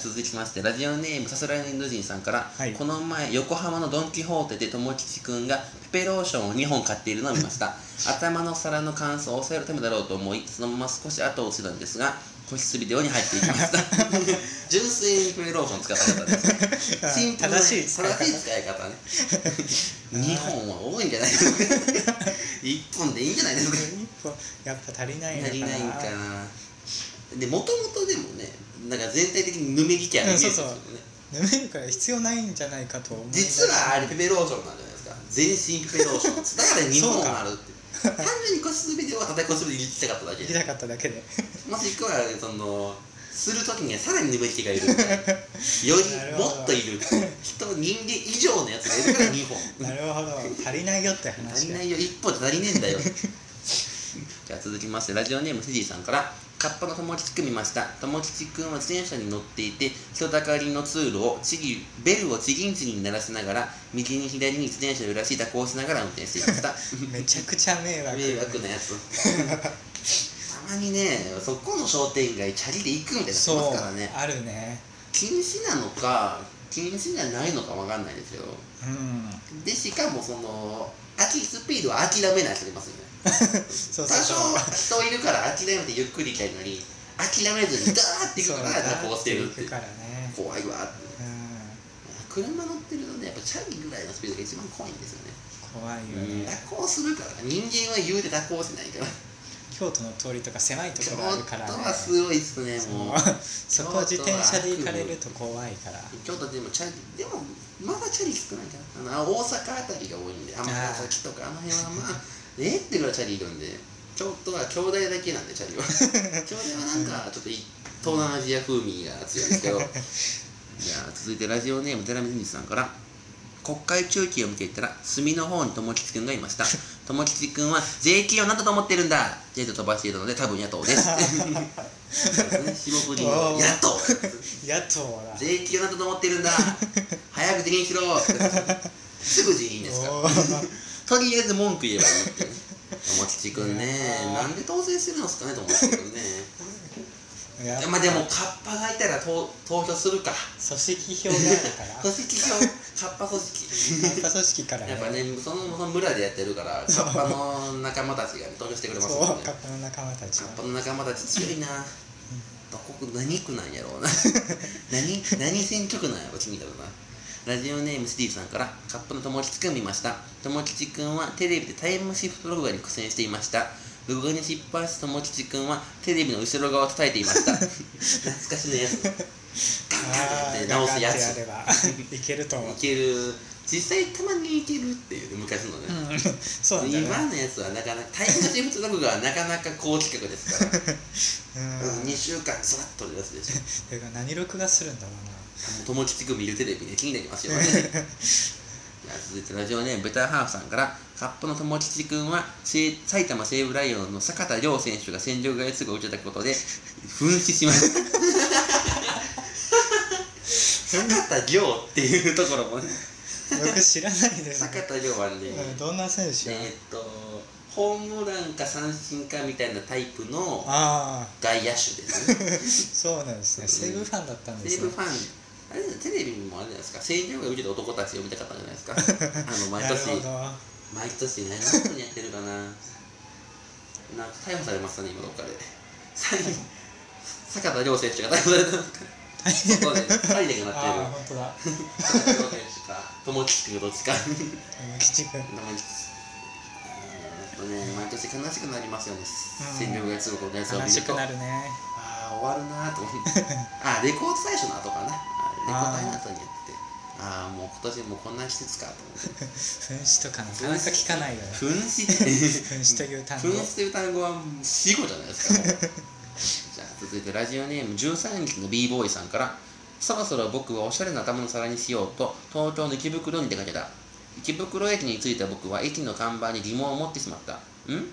[SPEAKER 1] あ続きましてラジオネームさすらいのインド人さんから、
[SPEAKER 2] はい
[SPEAKER 1] この前横浜のドン・キホーテで友吉くんがペペローションを2本買っているのを見ました 頭の皿の乾燥を抑えるためだろうと思いそのまま少し後を落ちたんですが個室ビデオに入っていきま した純粋にペペローション使った方です
[SPEAKER 2] あ
[SPEAKER 1] シンプルな
[SPEAKER 2] 正しい使い方
[SPEAKER 1] 正しい使い方ね 2本は多いんじゃないですか1本でいいんじゃないですか
[SPEAKER 2] 一歩やっぱ足りないの
[SPEAKER 1] 足り
[SPEAKER 2] か
[SPEAKER 1] ないんか
[SPEAKER 2] な
[SPEAKER 1] なでもともとでもねなんか全体的にぬめり気あるイメージですよね、
[SPEAKER 2] ぬめるから必要ないんじゃないかと思い出し
[SPEAKER 1] 実はあれペペローションなんじゃないですか全身ペペローションですだから2
[SPEAKER 2] そう
[SPEAKER 1] 本
[SPEAKER 2] か
[SPEAKER 1] あるって単純に個室ビデオは叩き個室ビデオに行きたかっただけ
[SPEAKER 2] できなかっただ けで
[SPEAKER 1] もしくはそのするときにはさらにぬめり気がいるみたいなよ
[SPEAKER 2] なる
[SPEAKER 1] り
[SPEAKER 2] ほど
[SPEAKER 1] もっといる人人間以上のやつがいるから2本
[SPEAKER 2] なるほど足りないよっ て
[SPEAKER 1] 足
[SPEAKER 2] 話
[SPEAKER 1] り
[SPEAKER 2] が
[SPEAKER 1] ないよ一本じゃ足りねえんだよ じゃあ続きましてラジオネームセジーさんからカッパの友吉くん見ました友吉くんは自転車に乗っていて人だかりの通路をちぎベルをちぎんちぎん鳴らしながら右に左に自転車を揺らし蛇行しながら運転していました
[SPEAKER 2] めちゃくちゃ迷惑
[SPEAKER 1] 迷惑なや つたまにねそこの商店街チャリで行くみたいな人い
[SPEAKER 2] そ
[SPEAKER 1] ま
[SPEAKER 2] う
[SPEAKER 1] すからね
[SPEAKER 2] あるね
[SPEAKER 1] 禁止なのか禁止じゃないのかわかんないですけど
[SPEAKER 2] うん
[SPEAKER 1] でしかもその空きスピードは諦めない人いますよね
[SPEAKER 2] そうそう
[SPEAKER 1] 多少
[SPEAKER 2] そう
[SPEAKER 1] 人いるから諦めてゆっくり行きたいのに諦めずにダーって行くから蛇行してるって
[SPEAKER 2] 行くからね
[SPEAKER 1] 怖いわって
[SPEAKER 2] うん
[SPEAKER 1] 車乗ってるとねやっぱチャリぐらいのスピードが一番怖いんですよね、
[SPEAKER 2] 怖いよ
[SPEAKER 1] うん
[SPEAKER 2] ね
[SPEAKER 1] 蛇行するから人間は言うて蛇行しないから
[SPEAKER 2] 京都の通りとか狭いところがあるからね
[SPEAKER 1] 京都はすごいっすねもう
[SPEAKER 2] そこ自転車で行かれると怖いから
[SPEAKER 1] 京都でもチャリでもまだチャリ少ないかなあの大阪あたりが多いんで尼崎とかあの辺はまあえってぐらいチャリいるんで京都は兄弟だけなんでチャリは兄弟はなんかちょっとい東南アジア風味が強いですけどじゃあ続いてラジオネーム寺水さんから国会中期を見ていたら隅の方に友吉くんがいました友吉くんは税金を何だと思ってるんだジェイと飛ばしていたので多分野党ですそうですね霜降りの野党
[SPEAKER 2] 野党だ
[SPEAKER 1] 税金をなんだと思ってる んだ早く辞任しろすぐ辞任ですから
[SPEAKER 2] おー
[SPEAKER 1] とりあえず文句言えばいいってね友吉君ね
[SPEAKER 2] いやー
[SPEAKER 1] なんで当選するんですかねと思ってるね
[SPEAKER 2] やっぱ
[SPEAKER 1] まあでもカッパがいたら投投票するか
[SPEAKER 2] 組織票があるから
[SPEAKER 1] 組織票カッパ組織
[SPEAKER 2] やっぱ組織から
[SPEAKER 1] やっぱねそのその村でやってるからカッパの仲間たちが、ね、投票してくれます
[SPEAKER 2] そ
[SPEAKER 1] よね
[SPEAKER 2] うカッパの仲間たち
[SPEAKER 1] カ
[SPEAKER 2] が
[SPEAKER 1] ッパの仲間たち強いなどこ何区なんやろうな 何何選挙区なんやろ君だろうなラジオネームスティーブさんからカッパの友吉くん見ました友吉くんはテレビでタイムシフト録画に苦戦していました録画に失敗した友吉くんはテレビの後ろ側を叩いていました 懐かしいやつ
[SPEAKER 2] あ
[SPEAKER 1] で
[SPEAKER 2] あ
[SPEAKER 1] 直
[SPEAKER 2] 頑張っ
[SPEAKER 1] す
[SPEAKER 2] て
[SPEAKER 1] や
[SPEAKER 2] や
[SPEAKER 1] つ
[SPEAKER 2] ればいけると思う
[SPEAKER 1] いける実際たまにいけるっていうね昔のね、
[SPEAKER 2] うんそうなんだよね
[SPEAKER 1] 今のやつはなかなかタイムシフト録画はなかなか高企画 ですから、
[SPEAKER 2] うん
[SPEAKER 1] うん、2週間ずらっと出すでしょ
[SPEAKER 2] てか何録画するんだろう
[SPEAKER 1] 友吉組いるテレビで気になります よねじゃあ続いてラジオネームベターハーフさんからカップの友吉君は西埼玉西武ライオンの坂田亮選手が戦場外通告を受けたことで紛失しました坂田亮っていうところもね
[SPEAKER 2] 僕知らないで す、
[SPEAKER 1] 坂田亮はね、
[SPEAKER 2] うんどんな選手、
[SPEAKER 1] えーっとホームランか三振かみたいなタイプの
[SPEAKER 2] ああ
[SPEAKER 1] 外野手ですね
[SPEAKER 2] そうなんですね西武ファンだったんで
[SPEAKER 1] 西
[SPEAKER 2] す
[SPEAKER 1] 武
[SPEAKER 2] ね
[SPEAKER 1] ファンあれテレビにもあれじゃないですか西武が受けた男たちを見たかったじゃない ですかあの毎
[SPEAKER 2] なる
[SPEAKER 1] 年
[SPEAKER 2] ほど
[SPEAKER 1] 毎年何年やってるかななんか逮捕されましたね今どっかで 最後坂田亮選手が逮捕されたのかそうね2人でな
[SPEAKER 2] ああ
[SPEAKER 1] って
[SPEAKER 2] 本当だ
[SPEAKER 1] る坂田亮選手か友吉君がどっちか
[SPEAKER 2] 吉君
[SPEAKER 1] 名前あとね、毎年悲しくなりますよね、戦力が強くなやつを見
[SPEAKER 2] 悲
[SPEAKER 1] る
[SPEAKER 2] しく
[SPEAKER 1] と、
[SPEAKER 2] な
[SPEAKER 1] あ
[SPEAKER 2] るね
[SPEAKER 1] あ、終わるなーと思って、あーレコード大賞の後かな、あーレコード大賞の後にやってて、ああ、もう今年もうこんな季節かと思 っ て、
[SPEAKER 2] 紛失とかなかなか聞かないよね
[SPEAKER 1] 紛失
[SPEAKER 2] 紛失という単語
[SPEAKER 1] 紛失という単語はもう死語じゃないですか、もうじゃあ続いてラジオネーム13日の b ボーイさんから、そろそろ僕はおしゃれな頭の皿にしようと、東京の池袋に出かけた。池袋駅に着いた僕は駅の看板に疑問を持ってしまった。ん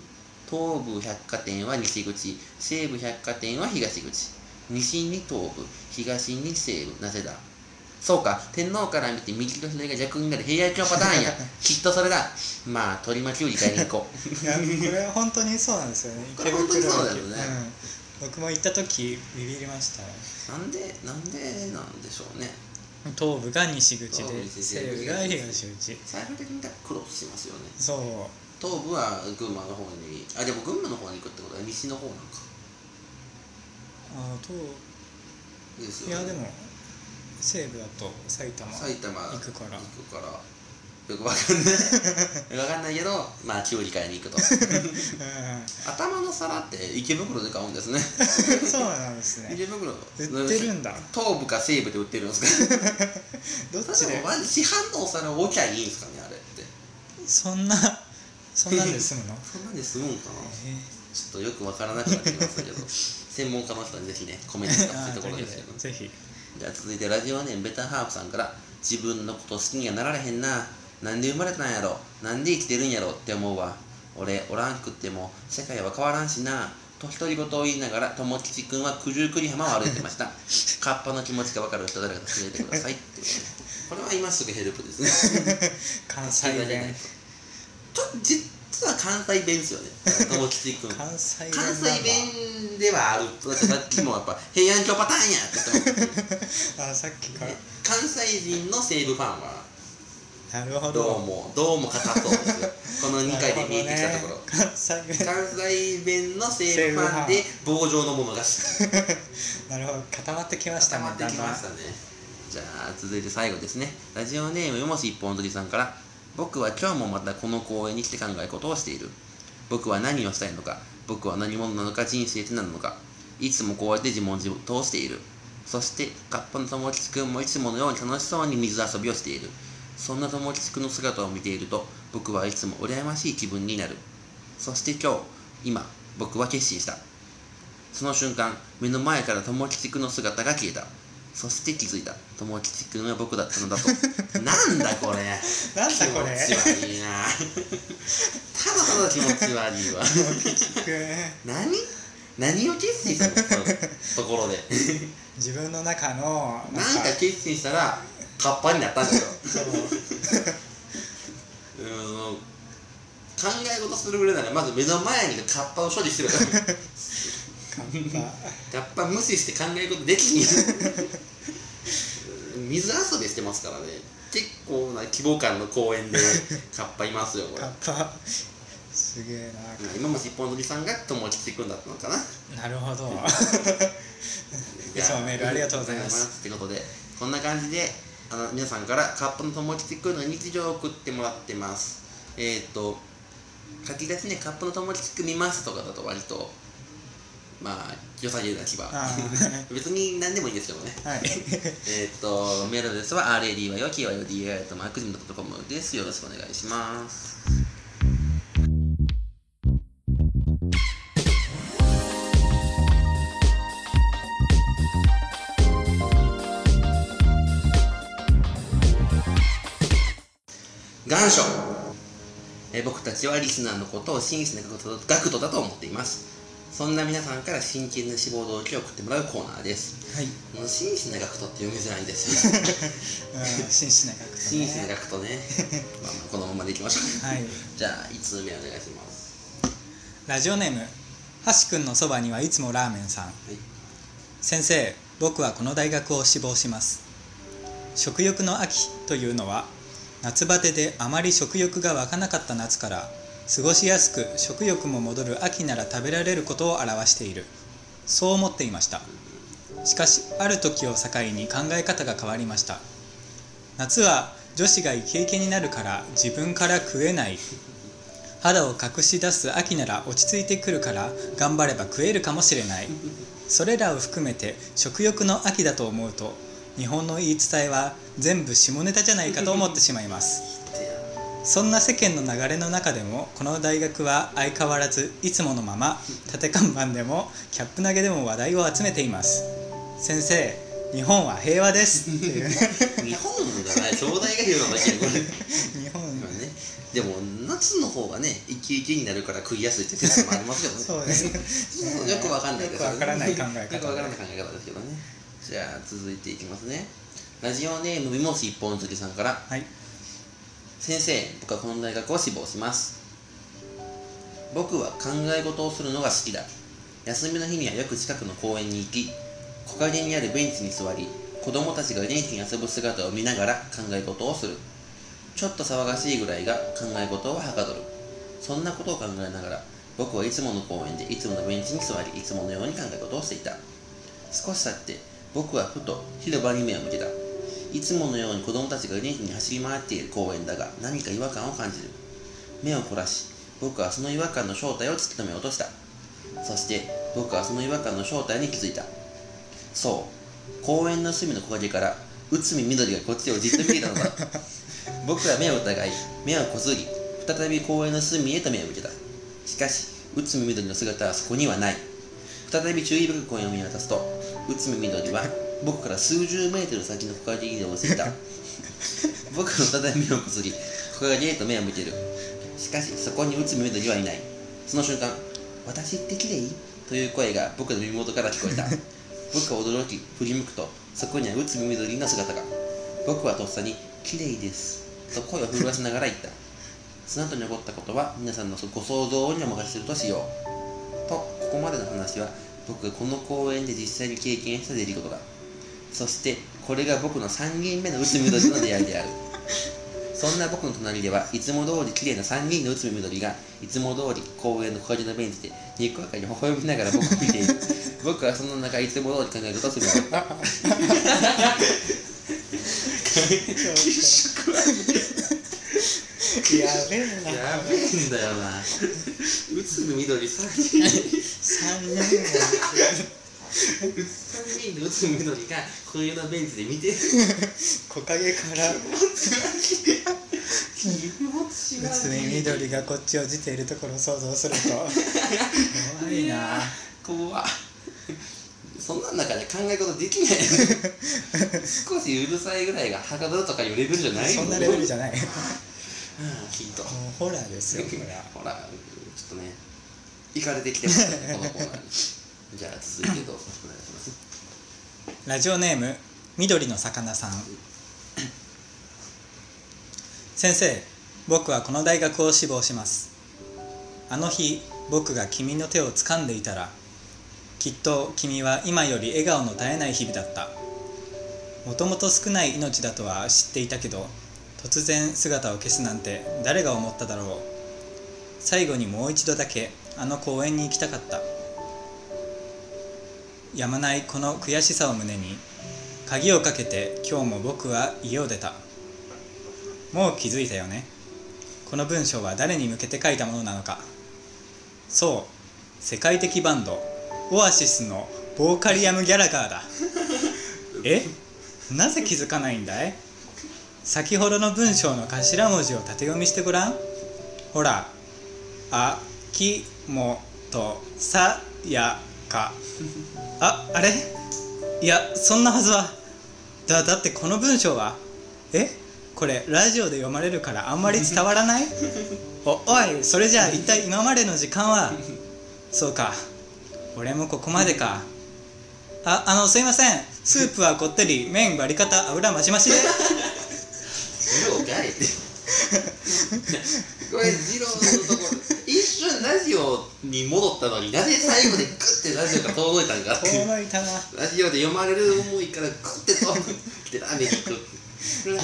[SPEAKER 1] 東武百貨店は西口、西武百貨店は東口。西に東武、東に西武、なぜだそうか、天皇から見て右と左が逆になる平野鏡パターンや。きっとそれだ。まあ、取り巻きを理解に行こう。
[SPEAKER 2] いやこれは本当にそうなんですよね
[SPEAKER 1] これ本当にそうだよね
[SPEAKER 2] 池袋駅うん、僕も行った時ビビりました
[SPEAKER 1] なんで、なんでなんでしょうね。
[SPEAKER 2] 東部が西口
[SPEAKER 1] 東部
[SPEAKER 2] で
[SPEAKER 1] 西口
[SPEAKER 2] 西部が東口
[SPEAKER 1] 最終的にクロスしますよね。
[SPEAKER 2] そう
[SPEAKER 1] 東部は群馬の方に、あ、でも群馬の方に行くってことは西の方なのか。
[SPEAKER 2] あ東
[SPEAKER 1] です
[SPEAKER 2] い
[SPEAKER 1] よ
[SPEAKER 2] や
[SPEAKER 1] ね
[SPEAKER 2] でも西部だと埼玉
[SPEAKER 1] 埼玉
[SPEAKER 2] 行くから
[SPEAKER 1] 行くからよくわかんないわかんないけどまあキュウリ買いに 行くと頭の皿って池袋で買うんですね
[SPEAKER 2] うんそうなんですね
[SPEAKER 1] 池袋
[SPEAKER 2] 売ってるんだ
[SPEAKER 1] 東部か西部で売ってるんですか
[SPEAKER 2] どっち
[SPEAKER 1] で
[SPEAKER 2] で
[SPEAKER 1] もまず市販のお皿置きゃいいんですかねあれって
[SPEAKER 2] そんなそんなんで 済むの
[SPEAKER 1] そんなんで済むんかな
[SPEAKER 2] え
[SPEAKER 1] ちょっとよくわからなくなってきました けど専門家の人にぜひねコメントしてほしいところですけど
[SPEAKER 2] あぜひ
[SPEAKER 1] じゃあ続いてラジオネームベターハーフさんから自分のこと好きにはなられへんななんで生まれたんやろなんで生きてるんやろって思うわ俺おらんくっても世界は変わらんしなと独り言を言いながら友吉くんは九十九里浜を歩いてました カッパの気持ちが分かる人誰か助けてくださいっていうことでこれは今すぐヘルプです ね
[SPEAKER 2] 関西
[SPEAKER 1] じゃない
[SPEAKER 2] 弁
[SPEAKER 1] とちょっと実は関西弁ですよね友吉くん
[SPEAKER 2] 関西弁
[SPEAKER 1] 関
[SPEAKER 2] なんだ
[SPEAKER 1] 西弁ではあるだってさっきもやっぱ「平安京パターンや!」って言ってます
[SPEAKER 2] あさっきから
[SPEAKER 1] 関西人の西武ファンは
[SPEAKER 2] なるほど
[SPEAKER 1] どうもどうも片そうですよこの2回で見えてきたところ、
[SPEAKER 2] なるほどね関西弁
[SPEAKER 1] 関西弁の西武ファンで棒状のものが好き
[SPEAKER 2] なるほど固まってきました
[SPEAKER 1] 固
[SPEAKER 2] ね
[SPEAKER 1] まってきましたねじゃあ続いて最後ですねラジオネームよもし一本鳥さんから僕は今日もまたこの公園に来て考え事をしている僕は何をしたいのか僕は何者なのか人生って何なのかいつもこうやって自問自答しているそしてカッパの友吉くんもいつものように楽しそうに水遊びをしているそんな友吉くんの姿を見ていると僕はいつも羨ましい気分になるそして今日今僕は決心したその瞬間目の前から友吉くんの姿が消えたそして気づいた友吉くんは僕だった のだとなんだこれ
[SPEAKER 2] たなんだこれ
[SPEAKER 1] 気持ち悪いなただただ気持ち悪い わ何何を決心したのそのところで
[SPEAKER 2] 自分の中の
[SPEAKER 1] なんか決心したらカッパになったんだよ
[SPEAKER 2] そう
[SPEAKER 1] うーん考え事するぐらいならまず目の前にカッパを処理してるから
[SPEAKER 2] カッパ
[SPEAKER 1] カッパ無視して考え事できひん 水遊びしてますからね結構な規模感の公園でカッパいますよこれ
[SPEAKER 2] カッパすげえ
[SPEAKER 1] 今も尻尾の鳥さんが友達くんだったのかな
[SPEAKER 2] ななるほど
[SPEAKER 1] じゃ
[SPEAKER 2] いつもメールありがとうございます
[SPEAKER 1] ありがとうございますってことでこんな感じであの皆さんからカッパの友吉くんの日常を送ってもらってますえっ、ー、と書き出しねカッパの友吉くん見ますとかだと割とまあ良さげな気は
[SPEAKER 2] あ
[SPEAKER 1] 別に何でもいいんですけどね
[SPEAKER 2] はい
[SPEAKER 1] えっ、とメールアドレスは RADYOKYODI.com ですよろしくお願いします願書えー僕たちはリスナーのことを真摯な学徒学徒だと思っていますそんな皆さんから真剣な志望動機を送ってもらうコーナーです
[SPEAKER 2] はい、
[SPEAKER 1] もう真摯な学徒って読みづらいんですよ
[SPEAKER 2] うん、真摯な学徒
[SPEAKER 1] 真
[SPEAKER 2] ね
[SPEAKER 1] 摯な学徒ねまあまあこのままでいきましょう
[SPEAKER 2] はい
[SPEAKER 1] じゃあ1通目お願いします
[SPEAKER 2] ラジオネームはしくんのそばにはいつもラーメンさん
[SPEAKER 1] はい
[SPEAKER 2] 先生僕はこの大学を志望します食欲の秋というのは夏バテであまり食欲が湧かなかった夏から過ごしやすく食欲も戻る秋なら食べられることを表しているそう思っていましたしかしある時を境に考え方が変わりました夏は女子がイケイケになるから自分から食えない肌を隠し出す秋なら落ち着いてくるから頑張れば食えるかもしれないそれらを含めて食欲の秋だと思うと日本の言い伝えは全部下ネタじゃないかと思ってしまいますそんな世間の流れの中でもこの大学は相変わらずいつものまま縦看板でもキャップ投げでも話題を集めています先生日本は平和ですって いうね
[SPEAKER 1] 日本じゃない東大が言うのだけどこれ
[SPEAKER 2] 日本
[SPEAKER 1] まあね、でも夏の方がねイケイケになるから食いやすいって説もありますけどね
[SPEAKER 2] そうですね
[SPEAKER 1] よくわかんないです
[SPEAKER 2] よくわからない考え方
[SPEAKER 1] よくわからない考え方ですけどねじゃあ続いていきますねラジオネームみもし一本釣りさんから
[SPEAKER 2] はい
[SPEAKER 1] 先生僕はこの大学を志望します僕は考え事をするのが好きだ休みの日にはよく近くの公園に行き木陰にあるベンチに座り子供たちが元気に遊ぶ姿を見ながら考え事をするちょっと騒がしいぐらいが考え事をはかどるそんなことを考えながら僕はいつもの公園でいつものベンチに座りいつものように考え事をしていた少し経って僕はふと広場に目を向けたいつものように子供たちが元気に走り回っている公園だが何か違和感を感じる目を凝らし僕はその違和感の正体を突き止めようとしたそして僕はその違和感の正体に気づいたそう公園の隅の木陰から内海緑がこっちをじっと見ていたのだ僕は目を疑い目をこすり再び公園の隅へと目を向けたしかし内海緑の姿はそこにはない再び注意深く公園を見渡すと内海緑は僕から数十メートル先の木陰に移動していた僕は再び目をこすり木陰へと目を向けるしかしそこに内海緑はいないその瞬間「私って綺麗という声が僕の耳元から聞こえた僕は驚き振り向くとそこには内海緑の姿が僕はとっさに「綺麗です」と声を震わしながら言ったその後に起こったことは皆さんのご想像にお任せするとしようとここまでの話は僕がこの公園で実際に経験した出来事だそしてこれが僕の3人目の内海緑との出会いである そんな僕の隣ではいつも通り綺麗な3人の内海緑がいつも通り公園の木陰のベンチでにこやかに微笑みながら僕を見て いる僕はその中いつも通り考えるとするのだ
[SPEAKER 2] やべえな
[SPEAKER 1] やべえんだよな 内海緑3人
[SPEAKER 2] 3人 も
[SPEAKER 1] 3人の内海緑が公園のベンチで見てる
[SPEAKER 2] 木陰から
[SPEAKER 1] 気持ち悪
[SPEAKER 2] 別に
[SPEAKER 1] い
[SPEAKER 2] 緑がこっちをじているところを想像する と怖いな
[SPEAKER 1] 怖っそんな中で考え事できない少しうるさいぐらいがはかどるとかいうレベルじゃない
[SPEAKER 2] そんなレベルじ
[SPEAKER 1] ゃ
[SPEAKER 2] ゃないも
[SPEAKER 1] きっと
[SPEAKER 2] うホラーですよこれは
[SPEAKER 1] ほらちょっとね行かれてきてますねこのコーナーにじゃあ続いてどうぞお願いします
[SPEAKER 2] ラジオネーム緑の魚さん 先生僕はこの大学を志望しますあの日僕が君の手を掴んでいたらきっと君は今より笑顔の絶えない日々だったもともと少ない命だとは知っていたけど突然姿を消すなんて誰が思っただろう最後にもう一度だけあの公園に行きたかったやまないこの悔しさを胸に鍵をかけて今日も僕は家を出たもう気づいたよねこの文章は誰に向けて書いたものなのかそう世界的バンドオアシスのボーカリアム・ギャラガーだえなぜ気づかないんだい先ほどの文章の頭文字を縦読みしてごらんほら「あきもとさやか」ああれいやそんなはずはだだってこの文章はえこれラジオで読まれるからあんまり伝わら ないおおいそれじゃあ一体今までの時間はそうか俺もここまでかああのすいませんスープはこってり麺割り方油マ シマシで
[SPEAKER 1] 二郎かいってこれ二郎のところ一瞬ラジオに戻ったのになぜ最後でグッてラジオが遠のいたんかっていう
[SPEAKER 2] 届いたな
[SPEAKER 1] ラジオで読まれる思いからグッて遠のいてラーメンに行くこれは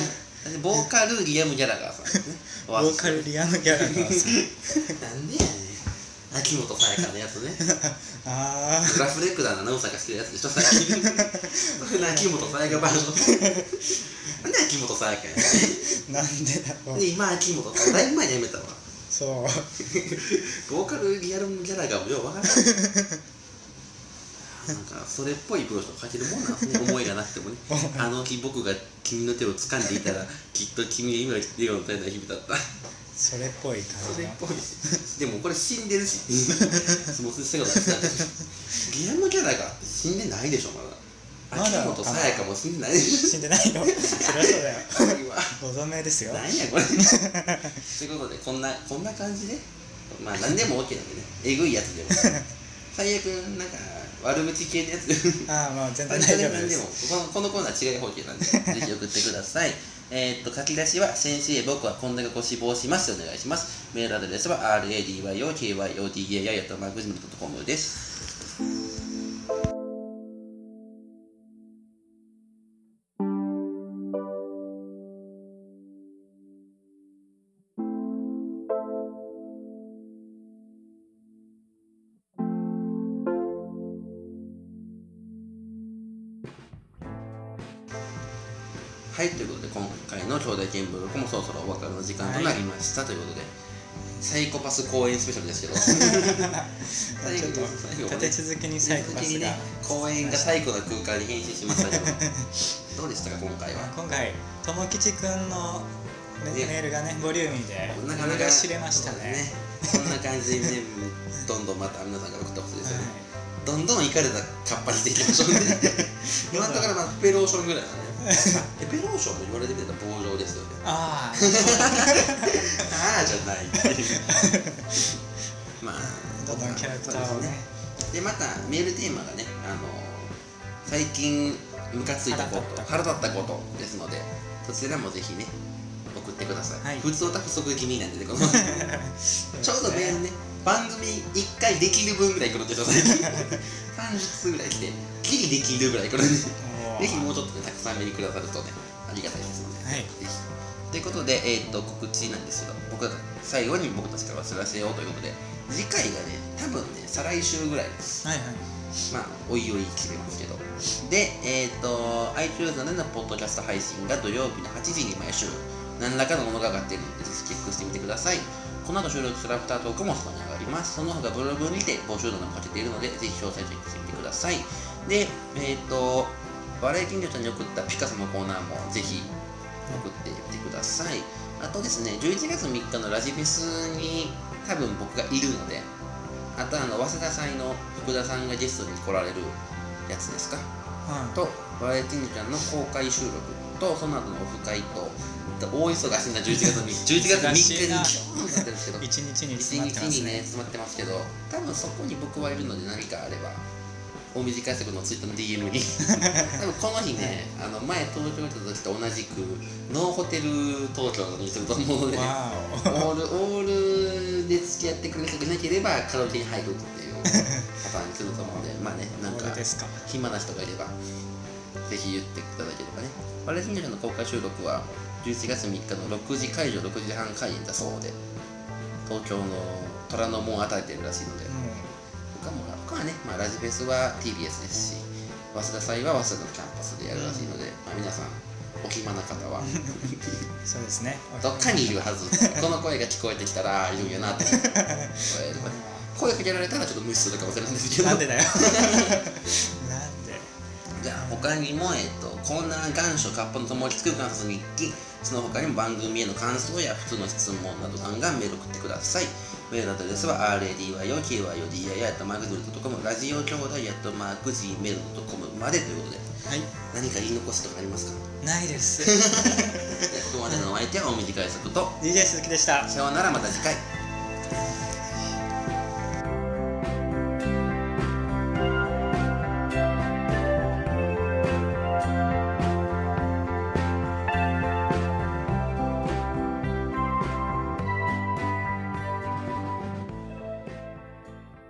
[SPEAKER 1] ボーカルリアム・ギャラガーさんですね
[SPEAKER 2] ボーカルリアム・ギャラガー さん
[SPEAKER 1] なんでやねん秋元さやかのやつね
[SPEAKER 2] あ
[SPEAKER 1] グラフレックだなアナウンサーがしてるやつでしょ最近そ れの秋元さやかバージョンなんで秋元さやかやね
[SPEAKER 2] ーなんでだろ
[SPEAKER 1] ん
[SPEAKER 2] う
[SPEAKER 1] で今秋元さんだいぶ前にやめたわ
[SPEAKER 2] そう
[SPEAKER 1] ボーカルリアルギャラがもようわからないなんかそれっぽい文章書けるもんなんですね思いがなくて もねあの日僕が君の手を掴んでいたらきっと君が今来てるような大変な日々だった
[SPEAKER 2] それっぽい感
[SPEAKER 1] そ
[SPEAKER 2] じ
[SPEAKER 1] れっ
[SPEAKER 2] の
[SPEAKER 1] ぽいしでもこれ死んでる しスモスしたことしたんでリアルギャラが死んでないでしょまだ
[SPEAKER 2] まだ
[SPEAKER 1] 秋元さやかも死んでないで しょ
[SPEAKER 2] 死んでないよそりゃそうだよ
[SPEAKER 1] 怖いわ
[SPEAKER 2] ご存命ですよ
[SPEAKER 1] なんやこれということでこんなこんな感じでまあ何でも OK なんでねえぐいやつでも最悪なんか悪口系のやつ
[SPEAKER 2] ああまあ全然
[SPEAKER 1] 何
[SPEAKER 2] 大
[SPEAKER 1] で
[SPEAKER 2] 丈
[SPEAKER 1] も
[SPEAKER 2] 夫
[SPEAKER 1] 何
[SPEAKER 2] で
[SPEAKER 1] でも
[SPEAKER 2] す
[SPEAKER 1] このこのコーナー違い方形なんでぜひ送ってくださいえーっと書き出しは先生僕はこんな学を志望しますお願いしますメールアドレスは radyokyodai.com ですはい、ということで今回の兄弟見聞録もそろそろお別れの時間となりました、ということでサイコパス公演スペシャルですけど最
[SPEAKER 2] ちょ
[SPEAKER 1] 後
[SPEAKER 2] っ
[SPEAKER 1] 最後
[SPEAKER 2] と
[SPEAKER 1] ま
[SPEAKER 2] 立
[SPEAKER 1] で
[SPEAKER 2] て続けにサイコパスが、
[SPEAKER 1] 公演が最高な空間に変身しました けどどうでしたか今回は
[SPEAKER 2] 今回友吉くんのメ
[SPEAKER 1] ね
[SPEAKER 2] メールがねボリューミーで
[SPEAKER 1] なかな
[SPEAKER 2] いろいろ
[SPEAKER 1] か
[SPEAKER 2] 知れましたね
[SPEAKER 1] そうですねこんな感じでねどんどんまた皆さんから送ってほしいですよね、どんどんいかれたカッパにしていきまし ょうね今のところまあペローションぐらいだねペペローションも言われてみたら棒状ですよね
[SPEAKER 2] はい
[SPEAKER 1] あ
[SPEAKER 2] あ
[SPEAKER 1] あじゃないっていう まあ
[SPEAKER 2] あどんどんキャラクターをね
[SPEAKER 1] でまたメールテーマがねあの最近ムカついたこと腹
[SPEAKER 2] 腹
[SPEAKER 1] 立ったことですのでそちらもぜひね送ってください、
[SPEAKER 2] はい
[SPEAKER 1] 普通た不足気味なんでねこの ちょうどメールね番組1回できる分ぐらい来るんですよ最近 30通ぐらい来てギリできるぐらい来るんで
[SPEAKER 2] おー
[SPEAKER 1] ぜひもうちょっとねたくさんメールくださるとねありがたいですので、
[SPEAKER 2] はい
[SPEAKER 1] ぜひということで、えー、と告知なんですけど僕が最後に僕たちから忘れせようということで次回がね多分ね再来週ぐらいです
[SPEAKER 2] はい
[SPEAKER 1] まあおいおい決めますけどでえっ、と iTunes などでのポッドキャスト配信が土曜日の8時に毎週何らかのものが上がっているのでぜひチェックしてみてくださいこの後収録するアフタートークもそこに上がりますその他ブログにて募集動画もかけているのでぜひ詳細チェックしてみてくださいでえっ、と笑い金魚ちゃんに送ったピカソのコーナーもぜひ送ってみてくださいあとですね11月3日のラジフェスに多分僕がいるのであとあの早稲田祭の福田さんがゲストに来られるやつですか
[SPEAKER 2] はい
[SPEAKER 1] と「バラエティーちゃん」の公開収録とその後のオフ会と大忙しな11月に11月3日に
[SPEAKER 2] 忙し
[SPEAKER 1] キ
[SPEAKER 2] いな
[SPEAKER 1] ョーンってなってるんですけど
[SPEAKER 2] うん一日に
[SPEAKER 1] 一
[SPEAKER 2] 詰まってま
[SPEAKER 1] 日
[SPEAKER 2] す
[SPEAKER 1] にね
[SPEAKER 2] ね
[SPEAKER 1] 詰まってますけど多分そこに僕はいるので何かあれば大短い速のツイッターの DM に多分この日ねあの前東京にいた時と同じくノーホテル東京のにすると思うので
[SPEAKER 2] わ
[SPEAKER 1] オールオールで付き合ってくれる人がいなければカラオケに入るっていうパターンにすると思うの でまあね
[SPEAKER 2] お
[SPEAKER 1] なん
[SPEAKER 2] こ
[SPEAKER 1] か
[SPEAKER 2] れですか
[SPEAKER 1] 暇な人がいればぜひ言っていただければね「我々新宿の公開収録は11月3日の6時会場6時半開演だそうで東京の虎ノ門あたりでやるらしいので
[SPEAKER 2] う
[SPEAKER 1] 他も他はね、まあ、ラジフェスは TBS ですし早稲田祭は早稲田のキャンパスでやるらしいので、まあ、皆さんお暇な方は
[SPEAKER 2] んそうですね
[SPEAKER 1] どっかにいるはずこの声が聞こえてきた らいるんやなって声かけられたらちょっと無視するかもしれないんですけど
[SPEAKER 2] なんでだよなんで
[SPEAKER 1] じゃあ他にも、えっと、コーナー願書カッパの友達作る観察日記その他にも番組への感想や普通の質問などガンガンメール送ってくださいメールアドレスは radyokyodai.com ラジオ兄弟 .gmail.com までということで
[SPEAKER 2] はい
[SPEAKER 1] 何か言い残すとかありますか
[SPEAKER 2] ないですここまでのお相手は大水海賊と
[SPEAKER 1] DJ 鈴木でした
[SPEAKER 2] さようならまた次回